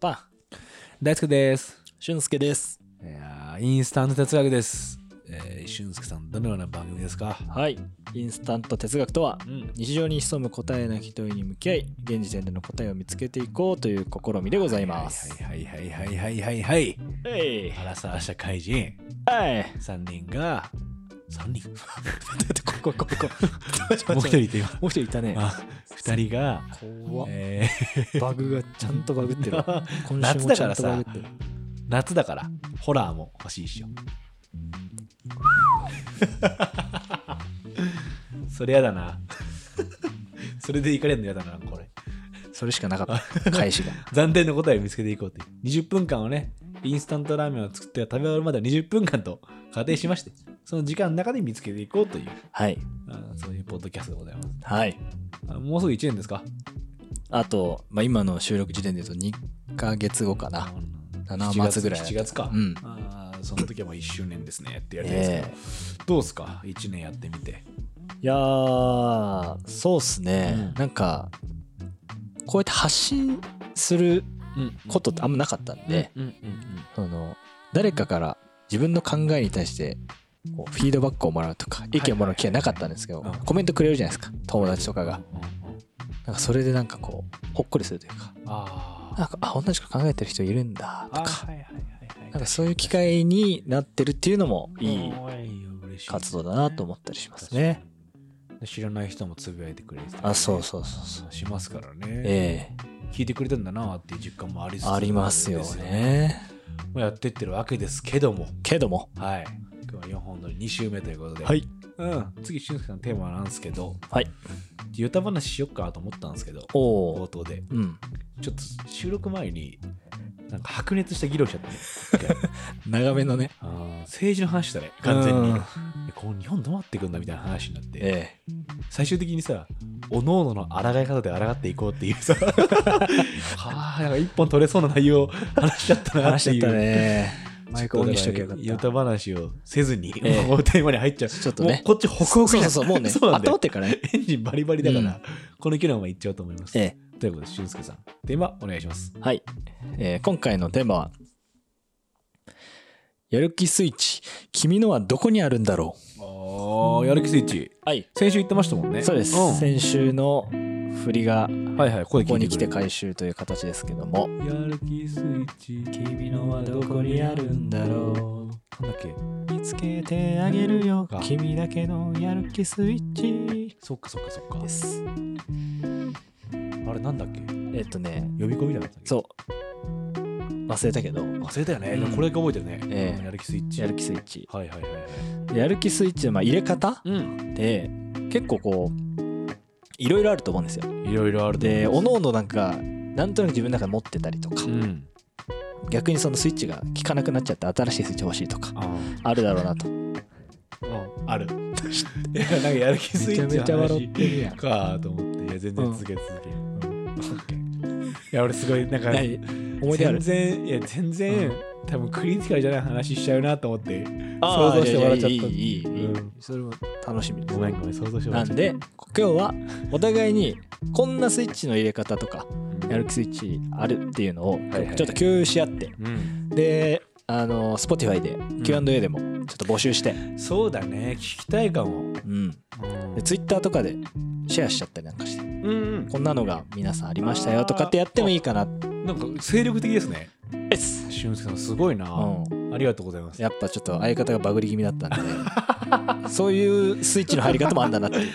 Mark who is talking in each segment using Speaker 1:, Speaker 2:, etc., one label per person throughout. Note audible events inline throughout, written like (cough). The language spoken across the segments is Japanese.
Speaker 1: パ
Speaker 2: 大輔です。
Speaker 1: ン、俊介です。
Speaker 2: いやーインスタント哲学です。えー、俊介さん、どのような番組ですか
Speaker 1: はい。インスタント哲学とは、
Speaker 2: うん。
Speaker 1: 日常に潜む答えなき問いに向き合い、現時点での答えを見つけていこうという試みでございます。
Speaker 2: はいはいはいはいはいはい。
Speaker 1: えい
Speaker 2: アラサー社会人
Speaker 1: はい。 (laughs)
Speaker 2: 3人が、3人 (laughs)
Speaker 1: ここ、ここ、
Speaker 2: もう一人いて今。
Speaker 1: もう一人いたね。
Speaker 2: あ、2人が、
Speaker 1: 怖っ
Speaker 2: え
Speaker 1: バグがちゃんとバグ
Speaker 2: (laughs)
Speaker 1: ってるわ。今
Speaker 2: ー、
Speaker 1: 週
Speaker 2: 夏
Speaker 1: も
Speaker 2: だ
Speaker 1: ち
Speaker 2: か
Speaker 1: ゃん
Speaker 2: ら
Speaker 1: とバグ
Speaker 2: さ
Speaker 1: ってる。、
Speaker 2: 夏だから、ホラーも欲しいっ (laughs) しょ。それやだな。それでいかれるのやだな、これ。
Speaker 1: それしかなかった。返しが。
Speaker 2: 暫定の答えを見つけていこうっていう20分間をねインスタントラーメンを作って食べ終わるまでの20分間と仮定しましてその時間の中で見つけていこうという
Speaker 1: はい。
Speaker 2: あーそういうポッドキャストでございます
Speaker 1: はい。
Speaker 2: あもうすぐ1年ですか
Speaker 1: あと、まあ、今の収録時点で言うと2ヶ月後か
Speaker 2: あ
Speaker 1: な。
Speaker 2: 7
Speaker 1: 7月ぐらい
Speaker 2: 7月か、
Speaker 1: うん
Speaker 2: あーその時はもう1周年ですねってやりたいですけど、
Speaker 1: え
Speaker 2: どうですか1年やってみて
Speaker 1: えいやー、そうっすね。
Speaker 2: うん
Speaker 1: なんか、こうやって発信する
Speaker 2: うん
Speaker 1: ことってあんまなかったんで、
Speaker 2: うんうん
Speaker 1: その誰かから自分の考えに対してこうフィードバックをもらうとか意見をもらう気はなかったんですけど、
Speaker 2: はいはいはいうん
Speaker 1: コメントくれるじゃないですか友達とかが
Speaker 2: うんうん
Speaker 1: なんかそれでなんかこうほっこりするというか
Speaker 2: あ
Speaker 1: なんかあ同じく考えてる人いるんだ
Speaker 2: ー
Speaker 1: と
Speaker 2: あ
Speaker 1: か
Speaker 2: はいはいはいはい
Speaker 1: なんかそういう機会になってるっていうのもいい
Speaker 2: おー嬉しい
Speaker 1: 活動だなと思ったりしますね
Speaker 2: 確かに知らない人もつぶやいてくれてたりね、
Speaker 1: あそうそうそうそう
Speaker 2: しますからね、
Speaker 1: ええ
Speaker 2: 聞いてくれたんだなっていう実感もありつつ
Speaker 1: ありますよね
Speaker 2: まあやってってるわけですけども
Speaker 1: けども
Speaker 2: はい今日は4本の2週目ということで、
Speaker 1: い
Speaker 2: うん、次俊介さんのテーマなんですけど
Speaker 1: はい
Speaker 2: ユタ話しよっかと思ったんですけど
Speaker 1: お
Speaker 2: 冒
Speaker 1: お
Speaker 2: 頭で
Speaker 1: うん
Speaker 2: ちょっと収録前になんか白熱した議論しちゃったね
Speaker 1: (laughs) 長めのね
Speaker 2: あー政治の話だね完全
Speaker 1: う
Speaker 2: に
Speaker 1: ん
Speaker 2: でこう日本どうなっていくんだみたいな話になって、
Speaker 1: え
Speaker 2: 最終的にさ、おのおのの抗い方で抗っていこうっていう
Speaker 1: (laughs)
Speaker 2: さ、はあ、なんか一本取れそうな内容を話しちゃった
Speaker 1: え
Speaker 2: なっ
Speaker 1: 話
Speaker 2: て
Speaker 1: し
Speaker 2: い
Speaker 1: ちゃった
Speaker 2: う。
Speaker 1: ねマイクオンにしときゃよかっ
Speaker 2: ヨ
Speaker 1: た
Speaker 2: タ話をせずに、
Speaker 1: ええ
Speaker 2: もうテーマに入っちゃう。
Speaker 1: ちょっとね
Speaker 2: もうこっちホクホク
Speaker 1: そう
Speaker 2: じゃ
Speaker 1: そ
Speaker 2: ん
Speaker 1: う (laughs) そう、もうね、
Speaker 2: そうなん
Speaker 1: 温
Speaker 2: だ
Speaker 1: ま
Speaker 2: よ
Speaker 1: ってからね。
Speaker 2: エンジンバリバリだから、
Speaker 1: う
Speaker 2: この機能は行っちゃおうと思います。
Speaker 1: ええ、
Speaker 2: ということで、俊介さん、テーマお願いします。
Speaker 1: はい、えー今回のテーマは、やる気スイッチ、君のはどこにあるんだろ
Speaker 2: おー、やる気スイッチ。
Speaker 1: う。はい、
Speaker 2: 先週言ってましたもんね。
Speaker 1: そうです。
Speaker 2: ん
Speaker 1: 先週の振りが、
Speaker 2: はいはい、こ
Speaker 1: ここ
Speaker 2: こで聞
Speaker 1: に
Speaker 2: いて
Speaker 1: 来
Speaker 2: く
Speaker 1: て
Speaker 2: れる
Speaker 1: 回収という形ですけども。
Speaker 2: やる気スイッチ、
Speaker 1: 君のはどこにあるんだろ
Speaker 2: なんだっけ
Speaker 1: う。見つけてあげるよ
Speaker 2: か、
Speaker 1: 君だけのやる気スイッチ。
Speaker 2: そっかそっかそっか。
Speaker 1: です。
Speaker 2: あれなんだっけ
Speaker 1: えっとね、
Speaker 2: 呼び込みだった
Speaker 1: そう。忘れたけど、
Speaker 2: 忘れたよね、
Speaker 1: うん
Speaker 2: でもこれだけ覚えてるね、
Speaker 1: ええ
Speaker 2: やる気スイッチ
Speaker 1: やる気スイッチ。
Speaker 2: はいはいはいはい
Speaker 1: やる気スイッチのまあ入れ方
Speaker 2: うん
Speaker 1: で結構こういろいろあると思うんですよ。
Speaker 2: いろいろあると思い
Speaker 1: で
Speaker 2: ます
Speaker 1: おのおのなんかなんとなく自分の中で持ってたりとか、
Speaker 2: うん
Speaker 1: 逆にそのスイッチが効かなくなっちゃって新しいスイッチ欲しいとか
Speaker 2: あ
Speaker 1: あるだろうなと。
Speaker 2: うんある (laughs) いやなんかやる気スイ
Speaker 1: め
Speaker 2: ッ
Speaker 1: ち
Speaker 2: チ
Speaker 1: ゃ
Speaker 2: の
Speaker 1: めちゃ笑
Speaker 2: 話
Speaker 1: ってるや (laughs) ん。
Speaker 2: かと思っていや全然続け続け、うんいや俺すごいなんか
Speaker 1: 何思い出ある
Speaker 2: 全然いや全然、
Speaker 1: うん
Speaker 2: 多分クリティカルじゃない話しちゃうなと思って
Speaker 1: あー
Speaker 2: 想像して笑っちゃった
Speaker 1: いやいやいいいいいい
Speaker 2: うん
Speaker 1: それも楽しみです
Speaker 2: ごめんごめん想像して
Speaker 1: な
Speaker 2: 笑っ
Speaker 1: ん
Speaker 2: ちゃ
Speaker 1: で今日はお互いにこんなスイッチの入れ方とか
Speaker 2: った
Speaker 1: やる気スイッチあるっていうのを
Speaker 2: はいはい
Speaker 1: ちょっと共有し合って
Speaker 2: うん、
Speaker 1: であの Spotify で Q&A でもちょっと募集して、
Speaker 2: そうだね聞きたいか
Speaker 1: う
Speaker 2: も、
Speaker 1: ん、
Speaker 2: うん
Speaker 1: で、ツイッターとかでシェアしちゃったりなんかして
Speaker 2: うん
Speaker 1: こんなのが皆さんありましたよとかってやってもいいかな
Speaker 2: なんか精力的ですね
Speaker 1: です、
Speaker 2: 俊介さんすごいな、
Speaker 1: うん、
Speaker 2: ありがとうございます
Speaker 1: やっぱちょっと相方がバグり気味だったん
Speaker 2: (laughs)
Speaker 1: でそういうスイッチの入り方もあんだなっていう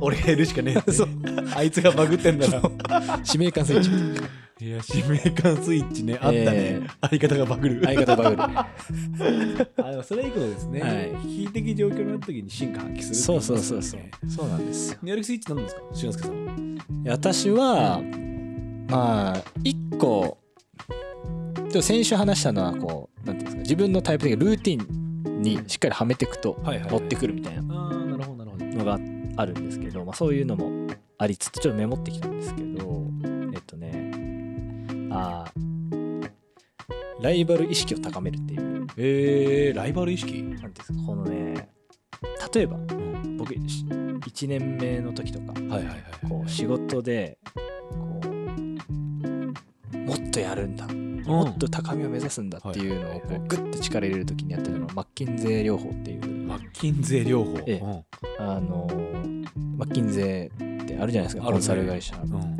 Speaker 2: 俺がいるしかねえ (laughs) っ
Speaker 1: (laughs)
Speaker 2: て
Speaker 1: そう
Speaker 2: あいつがバグってんだな
Speaker 1: 使命感スイッチ
Speaker 2: いや使命感スイッチねあったね、相方がバグる
Speaker 1: 相方バグる
Speaker 2: (laughs) あでもそれいいことですね、
Speaker 1: はい
Speaker 2: 危機的状況になった時に進化発揮する
Speaker 1: そうそうそうそう
Speaker 2: ね
Speaker 1: そうなんですよ
Speaker 2: やる気スイッチなんですか俊介さんは
Speaker 1: 私はまあ一個ちょっと先週話したのはこうなんていうんですか自分のタイプ的なルーティンにしっかりはめていくと
Speaker 2: はいはいはい
Speaker 1: 乗ってくるみたいな
Speaker 2: ああなるほどなるほど
Speaker 1: のがあるんですけど、まあ、そういうのもありつつちょっとメモってきたんですけどえっとねあーライバル意識を高めるっていう
Speaker 2: えー、ライバル意識
Speaker 1: なんていうんですかこのね例えば
Speaker 2: うん
Speaker 1: 僕1年目の時とか
Speaker 2: はいはいはい
Speaker 1: こう仕事でこうもっとやるんだ
Speaker 2: も
Speaker 1: もっと高みを目指すんだっていうのをこ
Speaker 2: はいはいうは
Speaker 1: グッて力入れる時にやってたのがマッキンゼー療法っていう
Speaker 2: マッキンゼー療法、
Speaker 1: ええ
Speaker 2: うん
Speaker 1: あのーマッキンゼーってあるじゃないですか
Speaker 2: あるね
Speaker 1: コンサル会社、
Speaker 2: うん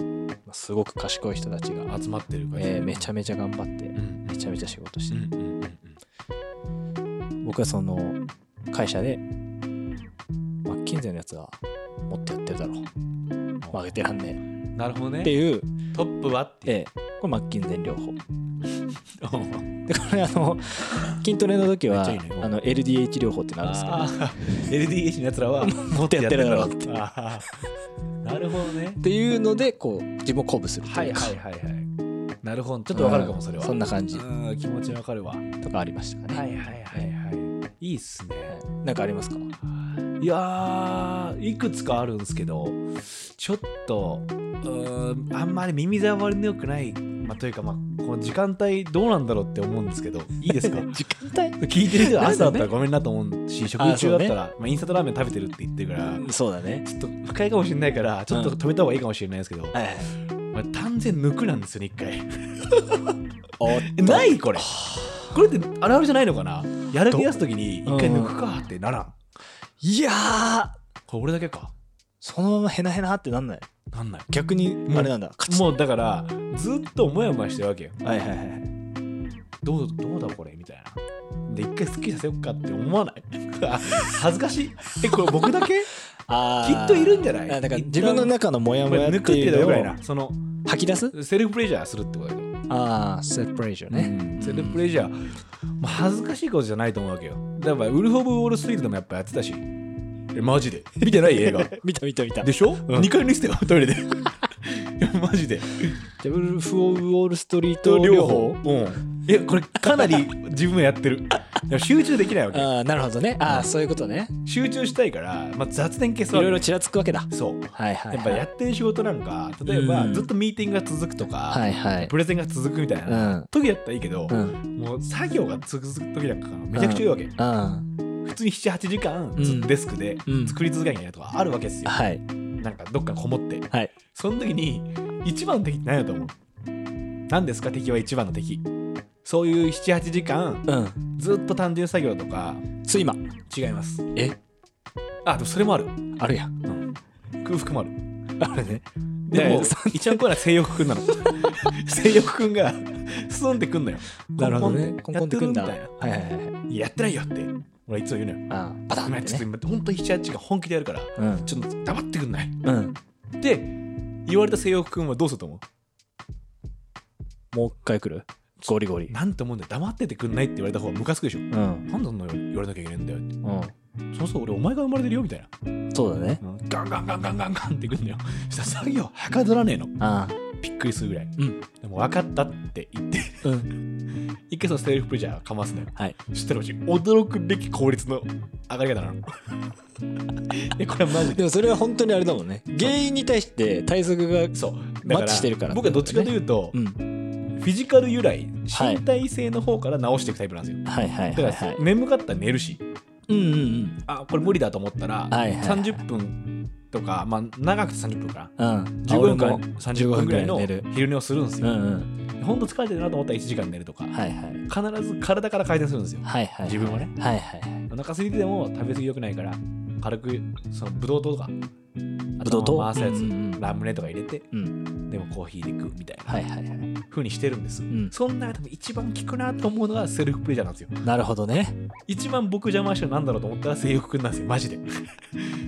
Speaker 1: すごく賢い人たちが、
Speaker 2: 集まってる感じ、
Speaker 1: えーめちゃ
Speaker 2: めち
Speaker 1: めちゃ頑張って
Speaker 2: ゃ、うん、
Speaker 1: めちゃめちゃ仕事して、
Speaker 2: うんうんうん
Speaker 1: 僕はその会社でマッキンゼーのやつはもっとやってるだろ
Speaker 2: うん
Speaker 1: 負けてらんねえ
Speaker 2: うんなるほどね
Speaker 1: っていう、
Speaker 2: トップはっていう、
Speaker 1: ええこれマッキンゼー療法
Speaker 2: うん
Speaker 1: でこれあの筋トレの時
Speaker 2: めっ
Speaker 1: は
Speaker 2: ちゃいいねうん
Speaker 1: あの LDH 療法ってなるんですけど
Speaker 2: あー (laughs) LDH のやつ
Speaker 1: (laughs)
Speaker 2: らはも
Speaker 1: っとやってるだろうって
Speaker 2: あーなるほどね
Speaker 1: っていうのでこう自分を鼓舞するというか、
Speaker 2: はいはいなるほどちょっとわかるかもそれは
Speaker 1: そんな感じ
Speaker 2: うん気持ちわかるわは
Speaker 1: とかありましたかね、
Speaker 2: いはいいいっすね
Speaker 1: なんかありますか
Speaker 2: いやーいくつかあるんですけどちょっとうーんあんまり耳障りの良くない、まあ、というかまあこの時間帯どうなんだろうって思うんですけどいいです (laughs) か
Speaker 1: 時間
Speaker 2: 聞いてる人は朝だったらごめんなと思うし食事中だったら、まあ、インスタントラーメン食べてるって言ってるから
Speaker 1: 帯そうだね
Speaker 2: ちょっと不快かもしれないからちょっと止めた方がいいかもしれないですけど、
Speaker 1: はい
Speaker 2: まあ、単全抜くなんですよね一回
Speaker 1: おっ
Speaker 2: え
Speaker 1: と
Speaker 2: ないこれ
Speaker 1: はあ
Speaker 2: これってあるあるじゃないのかなやる気出す時に一回抜くかってならん、
Speaker 1: いやー
Speaker 2: これ俺だけか
Speaker 1: そのままヘナヘナってなんない
Speaker 2: なんない
Speaker 1: 逆にあれなんだカチッ
Speaker 2: もうだからずっとモヤモヤしてるわけよ
Speaker 1: はいはいはい
Speaker 2: どうどうだこれみたいなで一回スッキリさせよっかって思わない (laughs) 恥ずかしいえ (laughs) これ僕だけ
Speaker 1: あー
Speaker 2: きっといるんじゃない
Speaker 1: あだから自分の中のモヤ
Speaker 2: こ
Speaker 1: モ
Speaker 2: れ
Speaker 1: ヤって
Speaker 2: 抜くってい
Speaker 1: いう
Speaker 2: の
Speaker 1: う
Speaker 2: はよく
Speaker 1: の
Speaker 2: な
Speaker 1: を
Speaker 2: いなその
Speaker 1: 吐き出す
Speaker 2: セルフプレジャーするってことだけど
Speaker 1: ああセルフプレジャーね、
Speaker 2: ね、セルフプレジャー、まあ、恥ずかしいことじゃないと思うわけよだからウルフ・オブ・ウォール・ストリートでもやっぱやってたしえマジで見てない映画
Speaker 1: 見た見た見た
Speaker 2: でしょ、
Speaker 1: うん
Speaker 2: 2回見せ
Speaker 1: (laughs)
Speaker 2: てよトイレでいやマジで
Speaker 1: デブルフ・オブ・ウォール・ストリート療法
Speaker 2: うんいやこれかなり自分はやってるでも集中できないわけ
Speaker 1: ああなるほどねああ、そういうことね
Speaker 2: 集中したいから、まあ、雑念消
Speaker 1: い
Speaker 2: すわけ
Speaker 1: ろいろちらつくわけだ
Speaker 2: そう
Speaker 1: はいはい、はい、
Speaker 2: やっぱやってる仕事なんか例えば、
Speaker 1: うん
Speaker 2: ずっとミーティングが続くとか、
Speaker 1: はいはい
Speaker 2: プレゼンが続くみたいな、
Speaker 1: ん
Speaker 2: 時だったらいいけど、
Speaker 1: うん
Speaker 2: もう作業が続く時なんかめちゃくちゃいいわけ、
Speaker 1: うん
Speaker 2: 普通に78時間
Speaker 1: うん
Speaker 2: ずっとデスクで
Speaker 1: うん
Speaker 2: 作り続けなきゃいけないとかあるわけですよ、
Speaker 1: はい
Speaker 2: なんかどっかこもって
Speaker 1: はい
Speaker 2: その時に一番の敵って何だと思う何ですか敵は一番の敵そういう78時間
Speaker 1: うん
Speaker 2: ずっと単純作業とか
Speaker 1: 睡魔
Speaker 2: 違います
Speaker 1: え
Speaker 2: あでもそれもある
Speaker 1: あるやん
Speaker 2: 空腹もある
Speaker 1: あるね
Speaker 2: で
Speaker 1: いやい
Speaker 2: も
Speaker 1: やそん
Speaker 2: 一番怖いのは性欲く (laughs) んなの性欲くんがスンってくんのよ
Speaker 1: なるほどね
Speaker 2: コンコンってやってるみたいな
Speaker 1: はいはいはいはい
Speaker 2: いややってないよって俺いつも言うのよ
Speaker 1: ああバタン
Speaker 2: ごめ
Speaker 1: っ
Speaker 2: んち
Speaker 1: て
Speaker 2: ょっと
Speaker 1: ね
Speaker 2: 今本当に78時間本気でやるから
Speaker 1: うん
Speaker 2: ちょっと黙ってくんない
Speaker 1: うん
Speaker 2: で言われた性欲くんはどうすると思う
Speaker 1: もう一回来るゴリゴリ
Speaker 2: なんて思うんだよ黙っててくんないって言われた方がムカつくでしょ
Speaker 1: うん
Speaker 2: なんでそんな言われなきゃいけないんだよって
Speaker 1: う
Speaker 2: そもそも俺お前が生まれてるよみたいな、
Speaker 1: んそうだね
Speaker 2: ガンガンガンガンガンガンってくんだよそしたら作業はかどらねえの
Speaker 1: あ
Speaker 2: びっくりするぐらい
Speaker 1: あうん
Speaker 2: でも分かったって言って
Speaker 1: うん
Speaker 2: 一回そのセルフプレジャーかますのよ
Speaker 1: はい
Speaker 2: そしたらうち驚くべき効率の上がり方なの
Speaker 1: (laughs)
Speaker 2: えこれはマジで
Speaker 1: でもそれは本当にあれだもんね原因に対して対策が
Speaker 2: そう
Speaker 1: マッチしてるから
Speaker 2: 僕はどっちかというと、
Speaker 1: うん
Speaker 2: フィジカル由来
Speaker 1: はい
Speaker 2: 身体性の方から直していくタイプなんですよ、
Speaker 1: はいはいはい
Speaker 2: だ
Speaker 1: は
Speaker 2: か
Speaker 1: い
Speaker 2: ら眠かったら寝るし
Speaker 1: うんうん
Speaker 2: あこれ無理だと思ったら、
Speaker 1: はいはいはい
Speaker 2: 30分とか、まあ、長くて30分かな
Speaker 1: うんうんあ
Speaker 2: 15分から
Speaker 1: 俺も
Speaker 2: 30分ぐらいの
Speaker 1: 15分ぐらい寝る
Speaker 2: 昼寝をするんです
Speaker 1: う
Speaker 2: よ、
Speaker 1: んうん
Speaker 2: ほんと疲れてるなと思ったら1時間寝るとか、
Speaker 1: はいはい
Speaker 2: 必ず体から改善するんですよ
Speaker 1: はいはい
Speaker 2: 自分はね
Speaker 1: はいはいはい
Speaker 2: お腹空いてても食べ過ぎ良くないから軽くそのブドウ糖とか
Speaker 1: ブドウ糖
Speaker 2: 頭を回すやつ、
Speaker 1: うんうんうん
Speaker 2: ラムネとか入れて
Speaker 1: うん
Speaker 2: でもコーヒーで食うみたいな
Speaker 1: はいはいはい
Speaker 2: 風にしてるんです、
Speaker 1: ん
Speaker 2: そんな多分一番効くなと思うのがセルフプレジャーなんですよ
Speaker 1: なるほどね
Speaker 2: 一番僕邪魔してるのなんだろうと思ったら性欲くんなんですよマ
Speaker 1: (laughs)
Speaker 2: ジで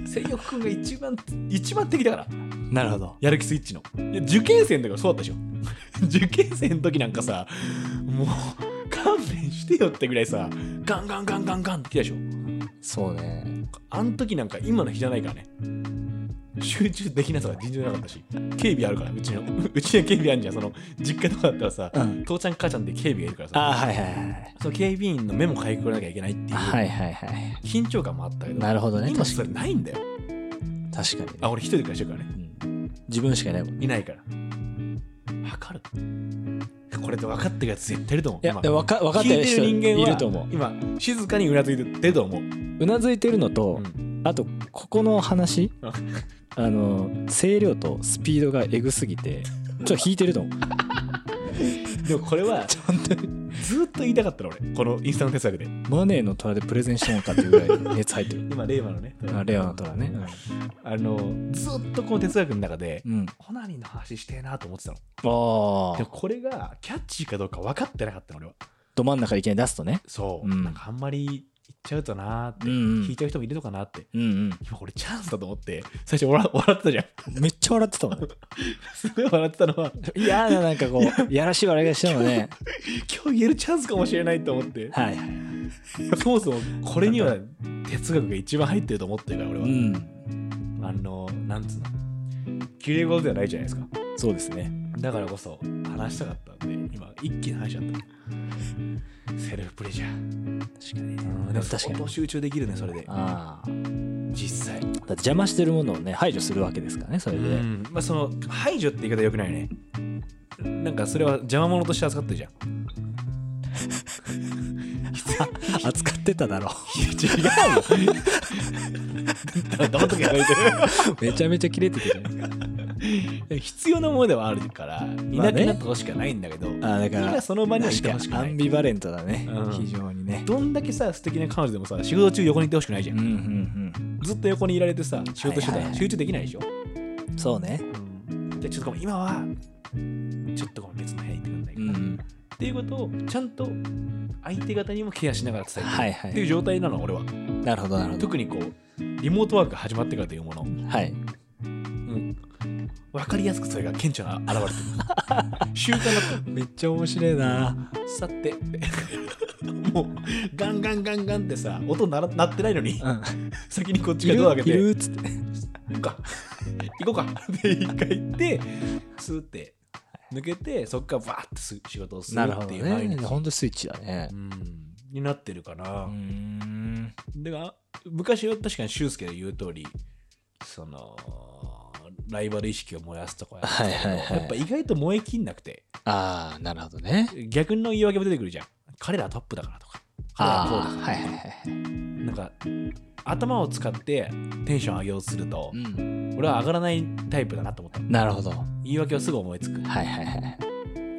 Speaker 2: 性欲くんが一番一番敵だから
Speaker 1: なるほど
Speaker 2: やる気スイッチのいや受験生の時はそうだったでしょ (laughs) 受験生の時なんかさもう勘弁してよってぐらいさガンガンガンガンガンって来たでしょ
Speaker 1: そうね
Speaker 2: あん時なんか今の日じゃないからね集中できなさが尋常じゃなかったし警備あるからうちの (laughs) うちの警備あるじゃんその実家とかだったらさ、
Speaker 1: うん
Speaker 2: 父ちゃん母ちゃんで警備がいるから
Speaker 1: あ
Speaker 2: さ
Speaker 1: ーはいはいはい
Speaker 2: その警備員の目もかいくぐらなきゃいけないっていう
Speaker 1: はいはいはい
Speaker 2: 緊張感もあったけど、
Speaker 1: なるほどね
Speaker 2: 今それないんだよ
Speaker 1: 確かにね
Speaker 2: あ俺一人で暮らしてるからね
Speaker 1: うん自分しかいないもんい
Speaker 2: いないからわかるこれで分かってるやつ絶対いると思う
Speaker 1: や
Speaker 2: 今
Speaker 1: でも分か分かっ
Speaker 2: 聞
Speaker 1: て
Speaker 2: い
Speaker 1: る
Speaker 2: て
Speaker 1: 人
Speaker 2: る人間
Speaker 1: い
Speaker 2: は
Speaker 1: ると思う
Speaker 2: 今静かにうなずいてると思う、
Speaker 1: うなずいてるの
Speaker 2: う
Speaker 1: と
Speaker 2: ん
Speaker 1: あとここの話
Speaker 2: あ
Speaker 1: あの声量とスピードがエグすぎてちょっと引いてると思う
Speaker 2: でもこれ (laughs) は
Speaker 1: ちゃんと
Speaker 2: ずっと言いたかったの俺このインスタの哲学で
Speaker 1: マネーの虎でプレゼンしてもらったっていうぐらい熱入ってる
Speaker 2: 今令和のね
Speaker 1: あレアの虎ね
Speaker 2: あのずっとこの哲学の中で
Speaker 1: うん、うん、あ
Speaker 2: コナミの話してえなと思ってたのでも
Speaker 1: あ
Speaker 2: これがキャッチーかどうか分かってなかったの俺は
Speaker 1: ど真ん中いきなり出すとね
Speaker 2: そう、
Speaker 1: うん
Speaker 2: なんかあんまり言っちゃうとなーって、
Speaker 1: うんうん
Speaker 2: 聞いちゃう人もいるのかなって
Speaker 1: うんうん
Speaker 2: 今俺チャンスだと思って最初笑笑ってたじゃん
Speaker 1: めっちゃ笑ってたもん
Speaker 2: すごい笑ってたのは
Speaker 1: 嫌ななんかこ (laughs) うやらしい笑いがしてたのね
Speaker 2: 今日言えるチャンスかもしれないと思って
Speaker 1: はいはい
Speaker 2: そもそもこれには哲学が一番入ってると思ってるから俺
Speaker 1: う
Speaker 2: は、
Speaker 1: ん
Speaker 2: あのなんつうの綺麗事ではないじゃないですか
Speaker 1: そうですね
Speaker 2: だからこそ話したかったんで今一気に話しちゃったセルフプレジャー
Speaker 1: 確かに
Speaker 2: うんでも相当集中できるねそれで
Speaker 1: ああだ
Speaker 2: 実際
Speaker 1: って邪魔してるものをね排除するわけですからねそれで、
Speaker 2: うんまあその排除って言い方よくないよねなんかそれは邪魔者として扱ってるじゃん
Speaker 1: 扱ってただろ
Speaker 2: (laughs) 違うよ (laughs) 黙っとけよ
Speaker 1: (laughs) めちゃめちゃキレてたじゃん
Speaker 2: でも必要なものではあるからいなくなってほしくはないんだけど、
Speaker 1: あだから
Speaker 2: 今その場にはいてほしく
Speaker 1: ア
Speaker 2: ない
Speaker 1: ンビバレントだね、
Speaker 2: うん
Speaker 1: 非常にね
Speaker 2: どんだけさ素敵な彼女でもさ仕事中横にいてほしくないじゃ、
Speaker 1: うんんうん
Speaker 2: ずっと横にいられてさ仕事して
Speaker 1: は
Speaker 2: た
Speaker 1: いはいは
Speaker 2: ら
Speaker 1: い
Speaker 2: 集中できないでしょ、
Speaker 1: うんそうね
Speaker 2: じゃあちょっとごめん今はちょっとごめん別の部屋に行ってくんないか
Speaker 1: う
Speaker 2: な、っ
Speaker 1: ん
Speaker 2: ていうことをちゃんと相手方にもケアしながら伝えてる、
Speaker 1: はいはい
Speaker 2: っていう状態なの俺は
Speaker 1: なるほどなるほど
Speaker 2: 特にこうリモートワークが始まってからというもの、
Speaker 1: はい
Speaker 2: 分かりやすくそれが顕著な現れて (laughs) る習慣だった
Speaker 1: めっちゃ面白いな
Speaker 2: さて (laughs) もうガンガンガンガンってさ音なら鳴ってないのに
Speaker 1: うん
Speaker 2: 先にこっち
Speaker 1: い
Speaker 2: がドア
Speaker 1: る
Speaker 2: 開
Speaker 1: い
Speaker 2: けて
Speaker 1: るっつって
Speaker 2: 行こうか行こうか (laughs) で一回行ってスーって抜けてそっからバーってす仕事をする
Speaker 1: なるほ
Speaker 2: っ
Speaker 1: ど
Speaker 2: ていう毎
Speaker 1: ね
Speaker 2: 日、
Speaker 1: ほんとスイッチだね
Speaker 2: うんになってるか
Speaker 1: う
Speaker 2: な、
Speaker 1: ん
Speaker 2: だから昔は確かに俊介が言う通りそのライバル意識を燃やすとかやってたけど
Speaker 1: はいはいはい
Speaker 2: やっぱ意外と燃えきんなくて
Speaker 1: ああなるほどね
Speaker 2: 逆の言い訳も出てくるじゃん彼らはトップだからとか彼らはこうだ
Speaker 1: あ
Speaker 2: か
Speaker 1: あ
Speaker 2: ら
Speaker 1: はいはいはい
Speaker 2: なんか頭を使ってテンション上げようとすると、
Speaker 1: うん
Speaker 2: 俺は上がらないタイプだなと思った
Speaker 1: なるほどは
Speaker 2: 言い訳はすぐ思いつく
Speaker 1: いはいはい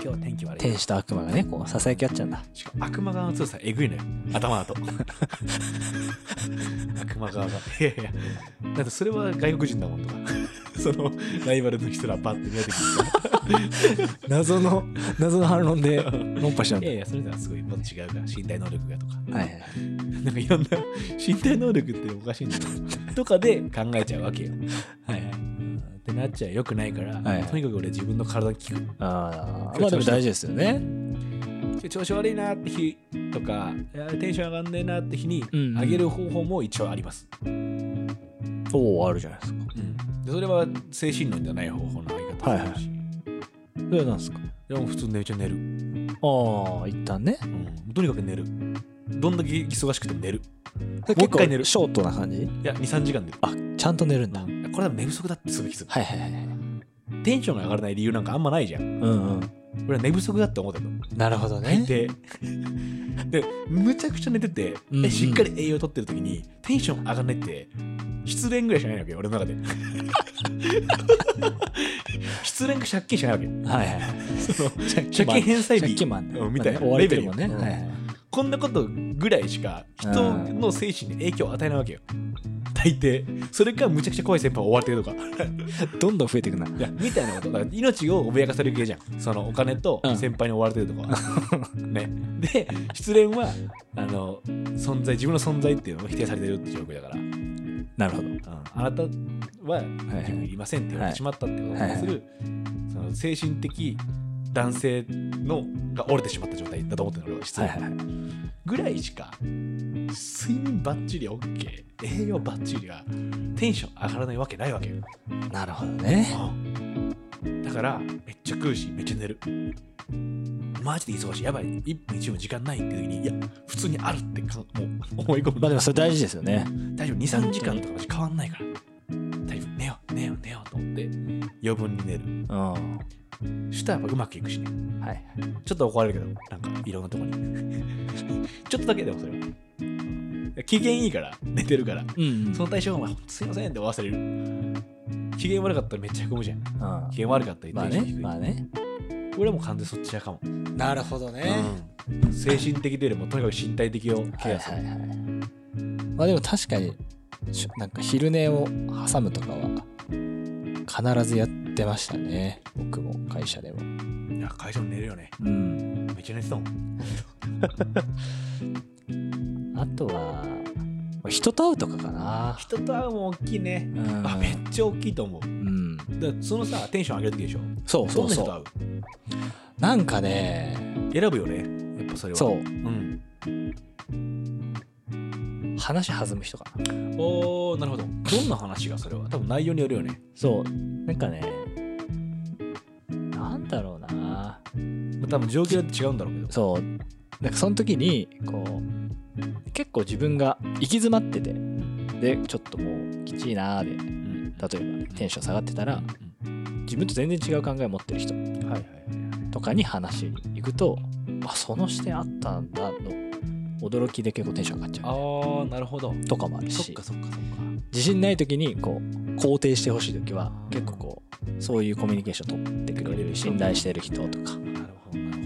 Speaker 2: 今日天気悪い
Speaker 1: 天使と悪魔がねこうささやき合っちゃうんだ
Speaker 2: しかも悪魔側の強さえぐいのよ
Speaker 1: (laughs)
Speaker 2: 頭だと悪魔側がいやいやだってそれは外国人だもんとか (laughs) そのライバルの人らパッて見えてく
Speaker 1: 謎の謎の反論で論破しちゃう
Speaker 2: る
Speaker 1: ん
Speaker 2: い
Speaker 1: だ
Speaker 2: やいやそれではすごいもっと違うから身体能力がとか
Speaker 1: はいはい
Speaker 2: なんかいろんな身体能力っておかしいんだ
Speaker 1: (laughs)
Speaker 2: けどとかで考えちゃうわけよ
Speaker 1: はいはい
Speaker 2: ってなっちゃよくないから、
Speaker 1: はい
Speaker 2: とにかく俺自分の体に効く
Speaker 1: ああまあでも大事ですよね
Speaker 2: 今日調子悪いなって日とかいやテンション上がんねえなって日に
Speaker 1: うんうん
Speaker 2: 上げる方法も一応あります、
Speaker 1: おおあるじゃないですか
Speaker 2: でそれは精神論じゃない方法の上げ方
Speaker 1: はいはいそれは何ですか
Speaker 2: でも普通にめっちゃ寝る、
Speaker 1: ああ一旦ね
Speaker 2: うんとにかく寝るどんだけ忙しくても寝る
Speaker 1: 結
Speaker 2: もう一回寝る
Speaker 1: 構ショートな感じ
Speaker 2: いや23時間寝る、
Speaker 1: あちゃんと寝るんだ
Speaker 2: これは寝不足だってすぐ気づく
Speaker 1: はいはいはいはい
Speaker 2: テンションが上がらない理由なんかあんまないじゃん
Speaker 1: うんうん
Speaker 2: 俺は寝不足だって思ってるの
Speaker 1: なるほど
Speaker 2: 大
Speaker 1: ね
Speaker 2: 抵でむちゃくちゃ寝てて、
Speaker 1: うんうん
Speaker 2: しっかり栄養取ってる時にテンション上がらないって失恋ぐらいしかないわけよ俺
Speaker 1: (laughs)
Speaker 2: の中で失恋か借金しかないわけよ
Speaker 1: はいはいはい
Speaker 2: その
Speaker 1: 借
Speaker 2: 借金返済
Speaker 1: 借
Speaker 2: 日
Speaker 1: 金マンね
Speaker 2: うんみたいな
Speaker 1: まあね終われてるもんね
Speaker 2: レベル
Speaker 1: はいはい
Speaker 2: こんなことぐらいしか人の精神に影響を与えないわけよ。大抵。それかむちゃくちゃ怖い先輩を追われてるとか。
Speaker 1: どんどん増えていくない
Speaker 2: や、みたいなこと。だから命を脅かされる系じゃん。そのお金と
Speaker 1: うん
Speaker 2: 先輩に追われてるとか。
Speaker 1: (laughs)
Speaker 2: ね。で、失恋は、あの、存在、自分の存在っていうのを否定されてるって状況だから。うん
Speaker 1: なるほど
Speaker 2: あなたは自分いりませんって言われてしまったってことに対する、その精神的男性のが折れてしまった状態だと思ってるの俺は失
Speaker 1: はい
Speaker 2: 恋。
Speaker 1: はいはい
Speaker 2: ぐらいしか睡眠ばっちり OK 栄養ばっちりがテンション上がらないわけないわけよ
Speaker 1: なるほどね
Speaker 2: だからめっちゃ食うしめっちゃ寝るマジで忙しいやばい1分1分時間ないって時にいや普通にあるってかもう思い込む
Speaker 1: まあでもそれ大事ですよね
Speaker 2: 大丈夫23時間とかマジ変わんないから大丈夫寝よう寝よう寝ようと思って余分に寝る
Speaker 1: うんは
Speaker 2: したらやっぱうまくいくしね
Speaker 1: いはい
Speaker 2: ちょっと怒られるけど、なんかいろんなとこに。 (laughs) ちょっとだけでもそれは。機嫌いいから、寝てるから。
Speaker 1: うんうん
Speaker 2: その対象が、すいませんって終わらされる。機嫌悪かったらめっちゃへこむじゃん。
Speaker 1: うん
Speaker 2: 機嫌悪かったら
Speaker 1: まあ
Speaker 2: テン
Speaker 1: ね
Speaker 2: ション低い
Speaker 1: まあね
Speaker 2: 俺はもう完全にそっちやかも、
Speaker 3: なるほどね、
Speaker 2: うん精神的というよりもとにかく身体的をケアする、
Speaker 3: はいはいはい
Speaker 1: まあでも確かにしゅなんか昼寝を挟むとかは必ずやってましたね僕も会社でも
Speaker 2: いや会社も寝るよね
Speaker 1: うん
Speaker 2: めっちゃ寝てたもん
Speaker 1: あとはまあ人と会うとかかな
Speaker 2: 人と会うも大きいね
Speaker 1: うん
Speaker 2: あめっちゃ大きいと思う
Speaker 1: うん
Speaker 2: だからそのさテンション上げる時でしょ
Speaker 1: そうそう
Speaker 2: どんな
Speaker 1: そ
Speaker 2: 人と
Speaker 1: うなんかね
Speaker 2: 会う選ぶよねやっぱそれは
Speaker 1: そう
Speaker 2: う、ん、
Speaker 1: 話弾む人かな
Speaker 2: おーなるほどどんな話がそれは多分内容によるよね
Speaker 1: そうなんかねなんだろうな
Speaker 2: まあ多分状況って違うんだろうけど
Speaker 1: そうなんかその時にこう結構自分が行き詰まっててでちょっともうきちいなーで
Speaker 2: うん
Speaker 1: 例えばテンション下がってたら自分と全然違う考え持ってる人
Speaker 2: はいはいはい
Speaker 1: とかに話しに行くとあその視点あったんだの驚きで結構テンション上がっちゃう
Speaker 2: ああなるほど
Speaker 1: とかもある
Speaker 2: そっ
Speaker 1: し
Speaker 2: かそっかそっか
Speaker 1: 自信ない時にこう肯定してほしい時は結構こうそういうコミュニケーション取ってくれる信頼してる人とか
Speaker 2: なるほどなるほど確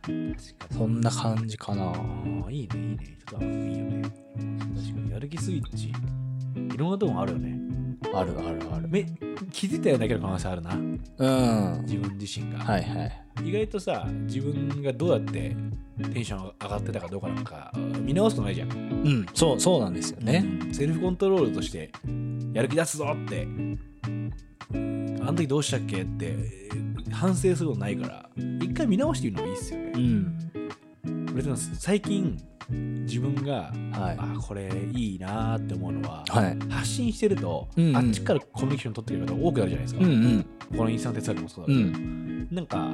Speaker 2: かに
Speaker 1: そんな感じかな
Speaker 2: ああいいねいいねちょっといいよね確かにやる気スイッチいろんなとこあるよね
Speaker 1: あるあるある
Speaker 2: め気づいたようなけど可能性あるな
Speaker 1: うん
Speaker 2: 自分自身が、
Speaker 1: はいはい
Speaker 2: 意外とさ自分がどうやってテンション上がってたかどうかなんか見直すとないじゃん、
Speaker 1: うんそうそうなんですよね
Speaker 2: うんセルフコントロールとしてやる気出すぞってあの時どうしたっけってえー反省することないから一回見直してみるのもいいっすよね
Speaker 1: う、ん
Speaker 2: 俺でも最近自分が
Speaker 1: はい
Speaker 2: あこれいいなーって思うのは、
Speaker 1: はい
Speaker 2: 発信してると、
Speaker 1: うんうん
Speaker 2: あっちからコミュニケーション取ってくる方多くなるじゃないですか、
Speaker 1: うんうん
Speaker 2: このインスタの哲学もそうだ
Speaker 1: う
Speaker 2: けど、
Speaker 1: ん
Speaker 2: なんか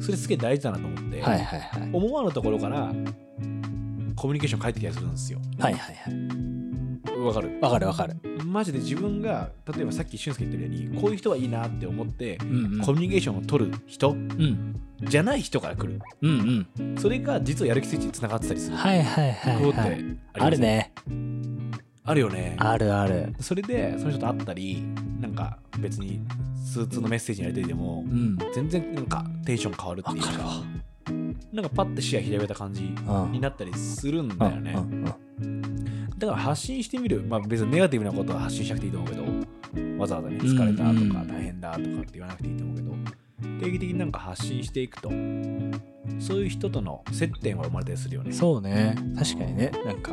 Speaker 2: それすげえ大事だなと思って、
Speaker 1: はいはいはい
Speaker 2: 思わぬところからコミュニケーション返ってきたりするんですよ
Speaker 1: はいはいはい
Speaker 2: わかる
Speaker 1: わかるわかる
Speaker 2: マジで自分が例えばさっき俊介言ったようにこういう人はいいなって思って、
Speaker 1: うん
Speaker 2: コミュニケーションを取る人
Speaker 1: うん
Speaker 2: じゃない人から来る
Speaker 1: うん
Speaker 2: それが実はやる気スイッチにつながってたりす
Speaker 1: うん
Speaker 2: る
Speaker 1: はいはいはい
Speaker 2: こうって
Speaker 1: は
Speaker 2: あ
Speaker 1: い
Speaker 2: ります
Speaker 1: あるね
Speaker 2: あるよね
Speaker 1: あるある
Speaker 2: それでその人と会ったりなんか別にスーツのメッセージやりとりでも
Speaker 1: うん
Speaker 2: 全然なんかテンション変わるっていうかなんかパッて視野広げた感じ
Speaker 1: うん
Speaker 2: になったりするんだよね
Speaker 1: うんうんうん
Speaker 2: だから発信してみる、まあ、別にネガティブなことは発信しなくていいと思うけど、わざわざね、疲れた
Speaker 1: うん
Speaker 2: と
Speaker 1: う
Speaker 2: か
Speaker 1: ん
Speaker 2: 大変だとかって言わなくていいと思うけど、定期的になんか発信していくと、そういう人との接点は生まれたりするよね。
Speaker 1: そうね確かにねなんか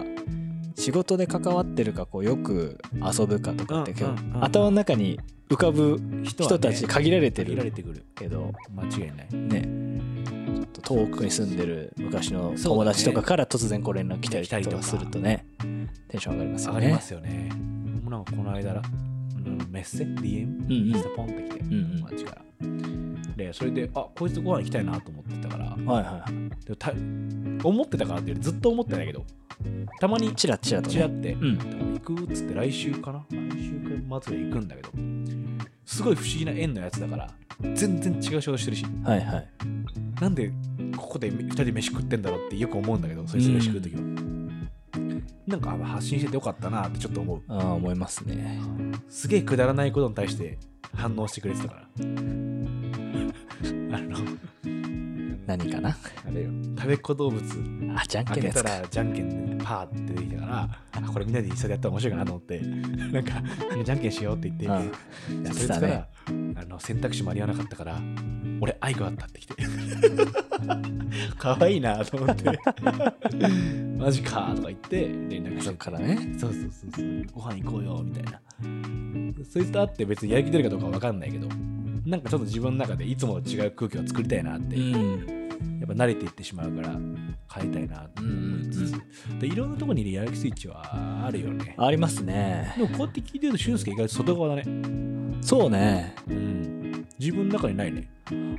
Speaker 1: 仕事で関わってるかこうよく遊ぶかとかって、
Speaker 2: うん
Speaker 1: 結構
Speaker 2: うんうん
Speaker 1: 頭の中に浮かぶ
Speaker 2: 人はね
Speaker 1: 人たち限られて
Speaker 2: 限られ
Speaker 1: る
Speaker 2: てくる。
Speaker 1: けど
Speaker 2: 間違いない。
Speaker 1: ねちょっと遠くに住んでる昔の友達とかから突然こう連絡来たり
Speaker 2: 来たり
Speaker 1: と
Speaker 2: と
Speaker 1: か
Speaker 2: か
Speaker 1: するとねテンション上がりますよ
Speaker 2: 上
Speaker 1: ね。
Speaker 2: がりますよね。もうなんかこの間ら、うんメッセ、
Speaker 1: う
Speaker 2: DM、
Speaker 1: んうん
Speaker 2: インスタポンってきて、
Speaker 1: んうん
Speaker 2: 友達から。で、それで、あこいつとご飯行きたいなと思ってたから、
Speaker 1: はいはいは
Speaker 2: でもた思ってたからっていうよりずっと思ってないけど、たまに
Speaker 1: い。チラチラと
Speaker 2: ちらっ
Speaker 1: ね。
Speaker 2: て、
Speaker 1: うん
Speaker 2: 行くっつって来週かな来週か末で行くんだけどすごい不思議な縁のやつだから全然違う仕事してるし
Speaker 1: はいはい。
Speaker 2: なんでここで2人で飯食ってんだろうってよく思うんだけどそいつ飯食う時は、なんかあ発信しててよかったなってちょっと思う
Speaker 1: ああ思いますね。
Speaker 2: すげえくだらないことに対して反応してくれてたから (laughs) あの
Speaker 1: 何かな
Speaker 2: (laughs) あれよ食べっ子動物
Speaker 1: あじゃんけんの
Speaker 2: 開け
Speaker 1: やつ
Speaker 2: た
Speaker 1: か。
Speaker 2: らじゃんけんでパーって出てきたからあこれみんなで一緒でやったら面白いかなと思って (laughs) なんかじゃんけんしようって言って
Speaker 1: うんやっ
Speaker 2: そい
Speaker 1: て
Speaker 2: つか
Speaker 1: たね
Speaker 2: らあの選択肢間に合わなかったから俺愛があったって (laughs) きて可愛いなと (laughs) 思ってマジかとか言って連絡
Speaker 1: そ
Speaker 2: し
Speaker 1: ってからね。
Speaker 2: そうそうそうそうご飯行こうよみたいなそいつと会って別にやる気出るかどうかわかんないけどなんかちょっと自分の中でいつもと違う空気を作りたいなって
Speaker 1: うん。
Speaker 2: やっぱ慣れていってしまうから変えたいなと思いつつ、でいろんなところにねやる気スイッチはあるよね
Speaker 1: ありますね。
Speaker 2: でもこうやって聞いてると俊介意外と外側だね、
Speaker 1: そうね。
Speaker 2: うん、自分の中にないね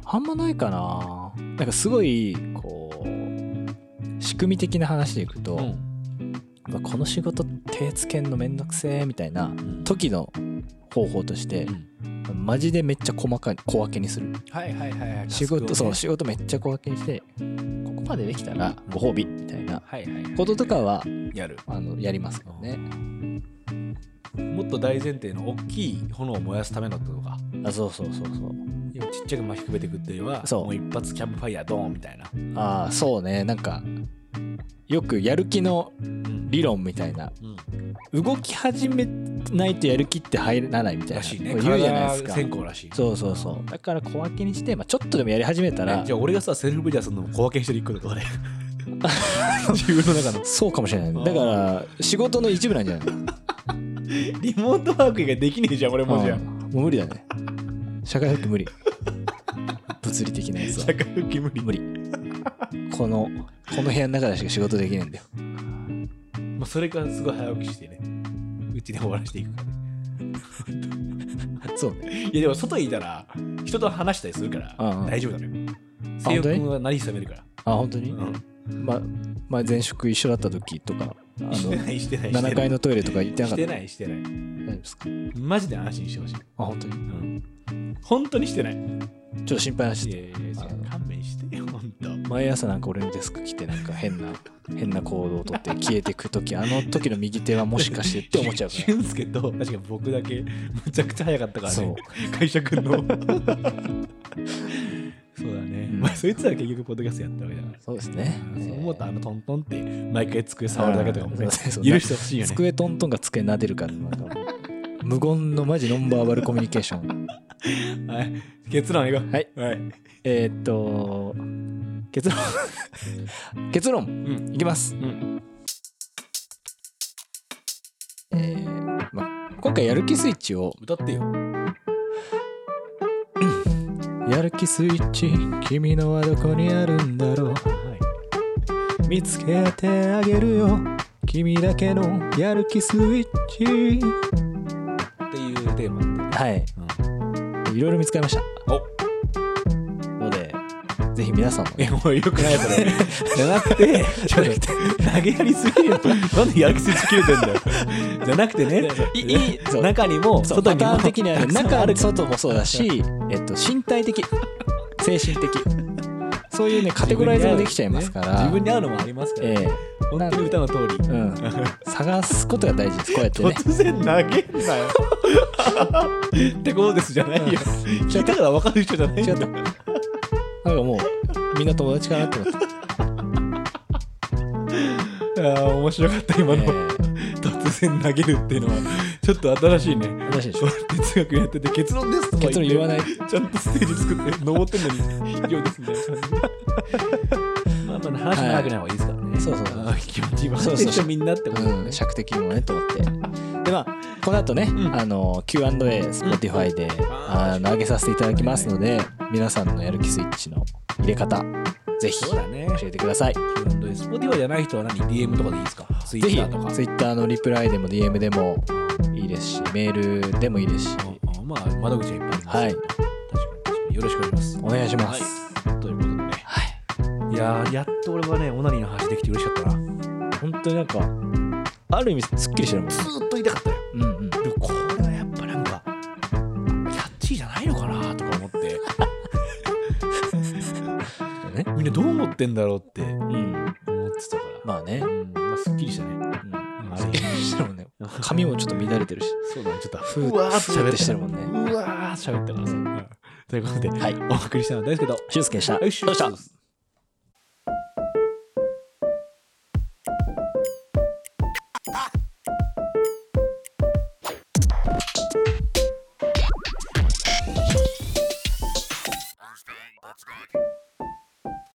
Speaker 1: あんまないかな。なんかすごいこう仕組み的な話でいくと、
Speaker 2: ん、
Speaker 1: まあこの仕事手つけんのめんどくせえみたいな
Speaker 2: うん
Speaker 1: 時の方法として、マジでめっちゃ細かい小分けにする。
Speaker 2: はいはいはいはい
Speaker 1: 仕事そう仕事めっちゃ小分けにしてここまでできたらご褒美みたいな
Speaker 2: はいはいはい
Speaker 1: こととかは
Speaker 2: やる
Speaker 1: あのやりますけどね。
Speaker 2: もっと大前提の大きい炎を燃やすためのとか
Speaker 1: あそうそうそうそう
Speaker 2: ちっちゃく巻きくべていくっていうよりは
Speaker 1: そう
Speaker 2: もう一発キャンプファイヤードーンみたいな、
Speaker 1: ああそうねなんかよくやる気の
Speaker 2: うん
Speaker 1: 理論みたいな
Speaker 2: うん
Speaker 1: 動き始めないとやる気って入らないみたいな
Speaker 2: らしいね
Speaker 1: 言うじゃないですか
Speaker 2: 体が線香らしい
Speaker 1: そうそうそうだから小分けにして、まあ、ちょっとでもやり始めたら
Speaker 2: えじゃあ俺がさセルフブリアするのも小分けにしてる一個とか俺 (laughs) 自分の中の
Speaker 1: そうかもしれないだから仕事の一部なんじゃないの
Speaker 2: リモートワーク以外できねえじゃん俺もじゃ
Speaker 1: うん
Speaker 2: ん
Speaker 1: もう無理だね社会復帰無理物理的なやつは
Speaker 2: 社会復帰無理
Speaker 1: 無理このこの部屋の中でしか仕事できないんだよ
Speaker 2: まあ、それからすごい早起きしてねうちで終わらしていくからね
Speaker 1: そうね
Speaker 2: いやでも外にいたら人と話したりするから
Speaker 1: うんうん
Speaker 2: 大丈夫だよ
Speaker 1: あ
Speaker 2: 性
Speaker 1: 本当に
Speaker 2: 欲は何冷めるから
Speaker 1: あ本当
Speaker 2: う
Speaker 1: に、
Speaker 2: ん
Speaker 1: ままあ前職一緒だった時とかあの
Speaker 2: (laughs) してないしてないしてない
Speaker 1: 7階のトイレとか行ってなか
Speaker 2: し
Speaker 1: った
Speaker 2: てないしてない
Speaker 1: 大丈夫ですか
Speaker 2: マジで安心してほしい、
Speaker 1: あ本当にちょ
Speaker 2: うん、本当にしてない
Speaker 1: っと心配なし
Speaker 2: いやいやいや勘弁してよ本当
Speaker 1: 毎朝なんか俺のデスク来てなんか変な変な行動をとって消えてく時あの時の右手はもしかしてって思っちゃ
Speaker 2: (laughs)
Speaker 1: うか
Speaker 2: 俊介と確か僕だけむちゃくちゃ早かったからら
Speaker 1: そう
Speaker 2: ね会社君のそうだね、
Speaker 1: うん
Speaker 2: まあ、 (laughs) そいつは結局ポッドキャストやったわけだから
Speaker 1: そうですね
Speaker 2: そう思うと
Speaker 1: え
Speaker 2: あのトントンって毎回机触るだけとかもね
Speaker 1: あーそうそう
Speaker 2: (laughs) 許してほしい
Speaker 1: ー
Speaker 2: よね
Speaker 1: 机トントンが机撫でるからなんかもう無言のマジノンバーバルコミュニケーション
Speaker 2: はい結論いこう
Speaker 1: はい
Speaker 2: はい
Speaker 1: えーっと結論 (laughs) 結論
Speaker 2: うん
Speaker 1: いきます
Speaker 2: うん
Speaker 1: えーま、今回やる気スイッチを
Speaker 2: 歌ってよ
Speaker 1: やる気スイッチ君のはどこにあるんだろう
Speaker 2: はい
Speaker 1: 見つけてあげるよ君だけのやる気スイッチ
Speaker 2: っていうテーマ
Speaker 1: はい
Speaker 2: で、うん、
Speaker 1: いろいろ見つかりました
Speaker 2: お
Speaker 1: のでぜひ皆さんも
Speaker 2: い
Speaker 1: ね
Speaker 2: やもうよくないそれじゃなくてちょっと投げやりすぎるよなんでやる気スイッチ切れてんだよじゃなくてねいいい
Speaker 1: そう
Speaker 2: 中にも
Speaker 1: そう
Speaker 2: 外に
Speaker 1: パタ
Speaker 2: も
Speaker 1: ーン的にはね
Speaker 2: たくさん
Speaker 1: 中
Speaker 2: あ
Speaker 1: あ
Speaker 2: る
Speaker 1: る
Speaker 2: から
Speaker 1: 外もそうだし、えっと、身体的精神的そういうねカテゴライズもできちゃいますから
Speaker 2: 自分に合うのもありますから、
Speaker 1: え
Speaker 2: 本当に歌の通り、
Speaker 1: えうん探すことが大事ですこうやってね
Speaker 2: 突然投げんなよってことですじゃないよ聞いたから分かる人じゃない
Speaker 1: 違
Speaker 2: よ
Speaker 1: ったなんかもうみんな友達かなって
Speaker 2: (laughs)
Speaker 1: 思った、
Speaker 2: あー面白かった今の、突然投げるっていうのはちょっと新しいね
Speaker 1: えー、新しいでしょ
Speaker 2: 哲学やってて結論ですとか
Speaker 1: 結論言わ
Speaker 2: い
Speaker 1: ない
Speaker 2: ちゃんとステージ作 (laughs) って登ってんのに以上ですみたいな感じまあまあ話長くない方がいいですからね、
Speaker 1: そうそうそう
Speaker 2: あー気持ちいいわ
Speaker 1: そうそう
Speaker 2: でしょみんなってことだよ
Speaker 1: うん、
Speaker 2: ね
Speaker 1: 尺的にもねと思ってでまあこの後ね、
Speaker 2: ん
Speaker 1: あの Q&A Spotify で、
Speaker 2: あー
Speaker 1: あの上げさせていただきますので、皆さんのやる気スイッチの入れ方ぜひ
Speaker 2: そう
Speaker 1: 教
Speaker 2: だね
Speaker 1: えてください
Speaker 2: Q&A スポティファイじゃない人は何 DM とかでいいですかツイ
Speaker 1: ぜ
Speaker 2: ッ
Speaker 1: ひ
Speaker 2: ターとか
Speaker 1: Twitter のリプライでも DM でもいいですしメールでもいいですし
Speaker 2: ああまあ窓口はいっぱいあります
Speaker 1: はい
Speaker 2: 確かに確かによろしくお願いします
Speaker 1: お願いします
Speaker 2: はい、ということでね
Speaker 1: はい、
Speaker 2: いやーやっと俺はねオナニーの話できて嬉しかったな
Speaker 1: 本当になんかある意味すっきりしてるもん
Speaker 2: ずーっと言いたかったよ
Speaker 1: うんうん
Speaker 2: でもこれはやっぱなんかキャッチーじゃないのかなとか思って
Speaker 1: ね
Speaker 2: みんなどう思ってんだろうって
Speaker 1: うん
Speaker 2: 思ってたか
Speaker 1: まあね
Speaker 2: ら、うんまあすっきりしたね
Speaker 1: うん
Speaker 2: あれ
Speaker 1: すっきりしてるもんね髪もちょっと乱れてるし
Speaker 2: そうだねちょっと
Speaker 1: ふー
Speaker 2: うわー
Speaker 1: ふーってしてる
Speaker 2: も
Speaker 1: もんね
Speaker 2: んねうわーって喋ったからさ、うんということで
Speaker 1: はい
Speaker 2: お送りしたのは大輔と
Speaker 1: 俊介でした
Speaker 2: よいしょ
Speaker 1: どうした